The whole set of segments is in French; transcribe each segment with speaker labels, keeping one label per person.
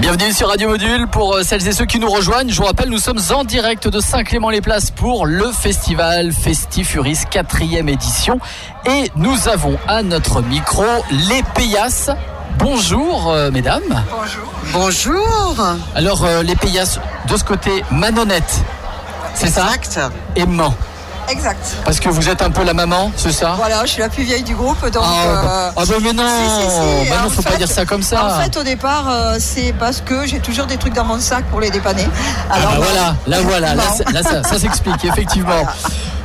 Speaker 1: Bienvenue sur Radio Module pour euh, celles et ceux qui nous rejoignent. Je vous rappelle, nous sommes en direct de Saint-Clément-les-Places pour le festival Festifuris 4ème édition. Et nous avons à notre micro les Péasses. Bonjour euh, mesdames.
Speaker 2: Bonjour
Speaker 1: Alors euh, les Péasses, de ce côté, Manonnette, c'est ça
Speaker 2: Exact.
Speaker 1: Et Mans.
Speaker 3: Exact.
Speaker 1: Parce que vous êtes un peu la maman, c'est ça
Speaker 3: Voilà, je suis la plus vieille du groupe, donc.
Speaker 1: Ah,
Speaker 3: euh,
Speaker 1: bah- ah bah, mais non,
Speaker 3: si, si, si.
Speaker 1: Bah non,
Speaker 3: En
Speaker 1: faut pas
Speaker 3: fait-
Speaker 1: dire ça comme ça.
Speaker 3: En fait, au départ, euh, c'est parce que j'ai toujours des trucs dans mon sac pour les dépanner.
Speaker 1: Ah
Speaker 3: Alors
Speaker 1: bah voilà, là voilà, là,
Speaker 3: Non.
Speaker 1: c'est- là, ça, ça s'explique effectivement.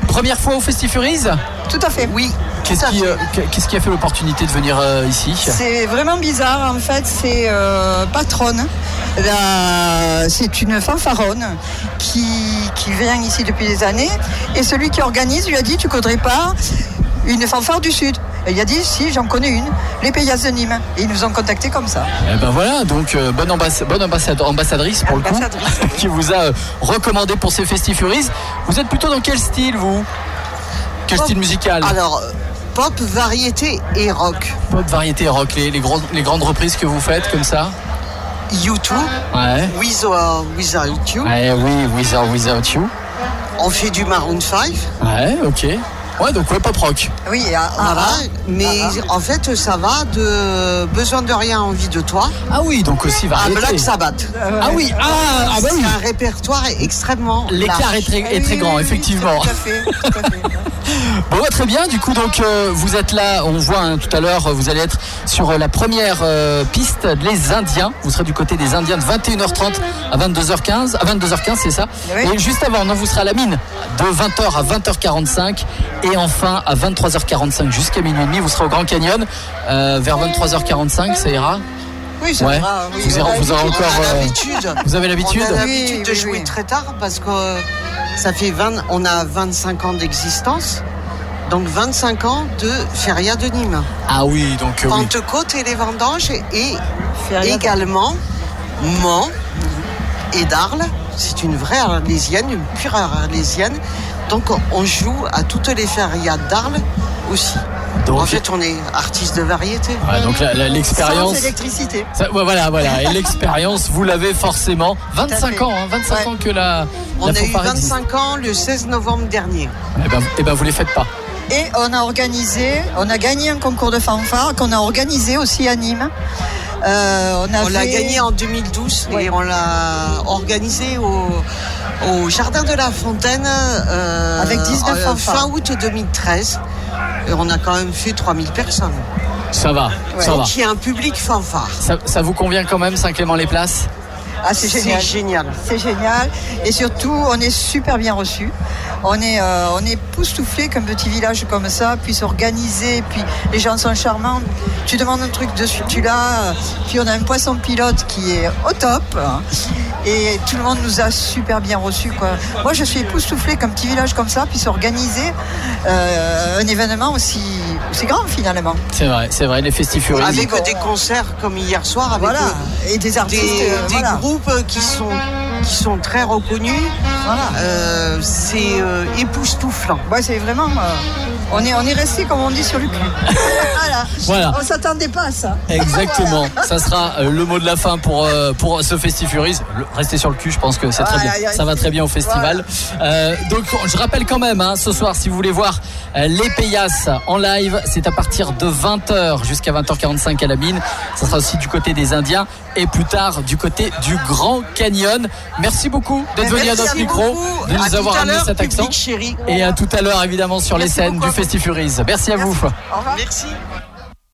Speaker 1: Première fois au Festifuris
Speaker 3: Tout à fait. Oui.
Speaker 1: Qu'est-ce qui, euh, qu'est-ce qui a fait l'opportunité de venir euh, ici
Speaker 3: C'est vraiment bizarre. En fait, c'est euh, Patronne. La- C'est une fanfaronne qui, qui vient ici depuis des années. Et celui qui organise lui a dit Tu connais pas une fanfare du Sud Et il a dit Si, j'en connais une, les Payas de Nîmes. Et ils nous ont contactés comme ça.
Speaker 1: Eh ben voilà, donc euh, bonne, ambass- bonne ambassade- ambassadrice pour le coup,
Speaker 3: Ambassadrice,
Speaker 1: qui vous a euh, recommandé pour ces Festifuris. Vous êtes plutôt dans quel style vous Quel
Speaker 2: Pop.
Speaker 1: style musical
Speaker 2: Alors, euh, pop, variété et rock.
Speaker 1: Pop, variété, rock, les, les, gros- les grandes reprises que vous faites comme ça
Speaker 2: U2,
Speaker 1: Ouais.
Speaker 2: With or Without You.
Speaker 1: Ouais, oui, With or Without You.
Speaker 2: On fait du Maroon 5.
Speaker 1: Ouais, ok. Ouais, donc ouais, pop rock.
Speaker 3: Oui, et à-
Speaker 2: Voilà. Mais
Speaker 3: ah,
Speaker 2: en fait, ça va de besoin de rien, envie de toi
Speaker 1: Ah oui, donc aussi
Speaker 2: à
Speaker 1: variété.
Speaker 2: Black Sabbath.
Speaker 1: Ah oui, ah, ah bah
Speaker 2: C'est
Speaker 1: oui.
Speaker 2: un répertoire extrêmement
Speaker 1: L'écart
Speaker 2: large.
Speaker 1: est très,
Speaker 3: Ah
Speaker 1: est
Speaker 3: oui,
Speaker 1: très
Speaker 3: oui,
Speaker 1: grand,
Speaker 3: oui,
Speaker 1: effectivement.
Speaker 3: Tout à fait, tout à fait.
Speaker 1: Bon, bah, très bien. Du coup, donc, euh, vous êtes là. On voit hein, tout à l'heure, euh, vous allez être sur euh, la première euh, piste, les Indiens. Vous serez du côté des Indiens de 21h30 à 22h15. À 22h15, c'est ça.
Speaker 3: Oui.
Speaker 1: Et juste avant, non, vous serez à la mine de 20h à 20h45. Et enfin, à 23h45 jusqu'à minuit et demi, vous serez au Grand Canyon euh, vers 23h45. Ça ira.
Speaker 3: Oui, ça
Speaker 1: Ouais.
Speaker 3: ira, oui.
Speaker 1: Vous irez- vous irez
Speaker 3: Oui,
Speaker 1: encore,
Speaker 2: On a
Speaker 1: euh,
Speaker 2: l'habitude.
Speaker 1: Vous avez l'habitude
Speaker 2: On a
Speaker 3: Oui,
Speaker 2: l'habitude de
Speaker 3: oui,
Speaker 2: jouer
Speaker 3: oui.
Speaker 2: très tard parce que euh, ça fait 20, on a 25 ans d'existence. Donc 25 ans de Feria de Nîmes.
Speaker 1: Ah oui, donc euh, oui.
Speaker 2: Pentecôte et les vendanges et
Speaker 3: Feria.
Speaker 2: également Mans et d'Arles. C'est une vraie arlésienne, une pure arlésienne. Donc on joue à toutes les ferias d'Arles aussi.
Speaker 1: Donc- Ah,
Speaker 2: en fait, on est artiste de variété.
Speaker 1: Ouais, donc la- la-
Speaker 3: Sans
Speaker 1: l'expérience.
Speaker 3: électricité.
Speaker 1: Ça, ouais, voilà, voilà. Et l'expérience, vous l'avez forcément. 25
Speaker 3: fait.
Speaker 1: ans, hein, 25
Speaker 3: Ouais.
Speaker 1: ans que la.
Speaker 2: On
Speaker 1: la
Speaker 2: a eu
Speaker 1: fanfare existe.
Speaker 2: 25 ans le 16 novembre dernier.
Speaker 1: Eh ben, eh ben, vous les faites pas.
Speaker 3: Et on a organisé, on a gagné un concours de fanfare qu'on a organisé aussi à Nîmes. Euh, on
Speaker 2: On l'a
Speaker 3: avait-
Speaker 2: gagné en 2012
Speaker 3: Ouais.
Speaker 2: et on l'a organisé au, au Jardin de la Fontaine euh,
Speaker 3: Avec 19
Speaker 2: euh, fin
Speaker 3: fanfares.
Speaker 2: août 2013. Et on a quand même fait 3000 personnes.
Speaker 1: Ça va, ça va.
Speaker 2: Donc il y a un public fanfare.
Speaker 1: Ça, ça vous convient quand même, Saint-Clément-les-Places
Speaker 3: Ah, c'est génial.
Speaker 2: génial.
Speaker 3: C'est génial. Et surtout, on est super bien reçus. On est, euh, on est poustouflé qu'un petit village comme ça puisse organiser. Puis les gens sont charmants. Tu demandes un truc dessus, tu l'as. Puis on a un poisson pilote qui est au top. Et tout le monde nous a super bien reçus. Quoi. Moi, je suis époustouflé qu'un petit village comme ça puisse organiser euh, un événement aussi, aussi grand finalement.
Speaker 1: C'est vrai, c'est vrai, les festifuries.
Speaker 2: Avec des concerts comme hier soir, avec
Speaker 3: Voilà.
Speaker 2: euh,
Speaker 3: Et des
Speaker 2: des,
Speaker 3: artistes. euh,
Speaker 2: des
Speaker 3: voilà.
Speaker 2: groupes qui sont, qui sont très reconnus.
Speaker 3: Voilà.
Speaker 2: Euh, C'est euh, époustouflant.
Speaker 3: Ouais, c'est vraiment. euh, on est, on est resté, comme on dit, sur le cul. voilà.
Speaker 1: Voilà.
Speaker 3: On s'attendait pas à ça.
Speaker 1: Exactement, ça sera euh, le mot de la fin pour, euh, pour ce Festifuris. Le- Restez sur le cul, je pense que c'est très
Speaker 3: Voilà,
Speaker 1: bien.
Speaker 3: il y a-
Speaker 1: Ça va très bien au festival. Euh, donc je rappelle quand même, hein, ce soir, si vous voulez voir euh, les Payas en live, c'est à partir de 20h jusqu'à 20h45 à la mine. Ça sera aussi du côté des Indiens et plus tard du côté du Grand Canyon. Merci beaucoup d'être venu à
Speaker 2: Merci
Speaker 1: notre micro,
Speaker 2: beaucoup.
Speaker 1: de
Speaker 2: À
Speaker 1: nous
Speaker 2: tout
Speaker 1: avoir
Speaker 2: à
Speaker 1: amené
Speaker 2: l'heure,
Speaker 1: cet
Speaker 2: public
Speaker 1: accent.
Speaker 2: chéri.
Speaker 1: Et à tout à l'heure, évidemment, sur les
Speaker 2: Merci
Speaker 1: scènes
Speaker 2: beaucoup
Speaker 1: du
Speaker 2: à vous.
Speaker 1: Festifuris. Merci à vous.
Speaker 3: Au revoir.
Speaker 2: Merci.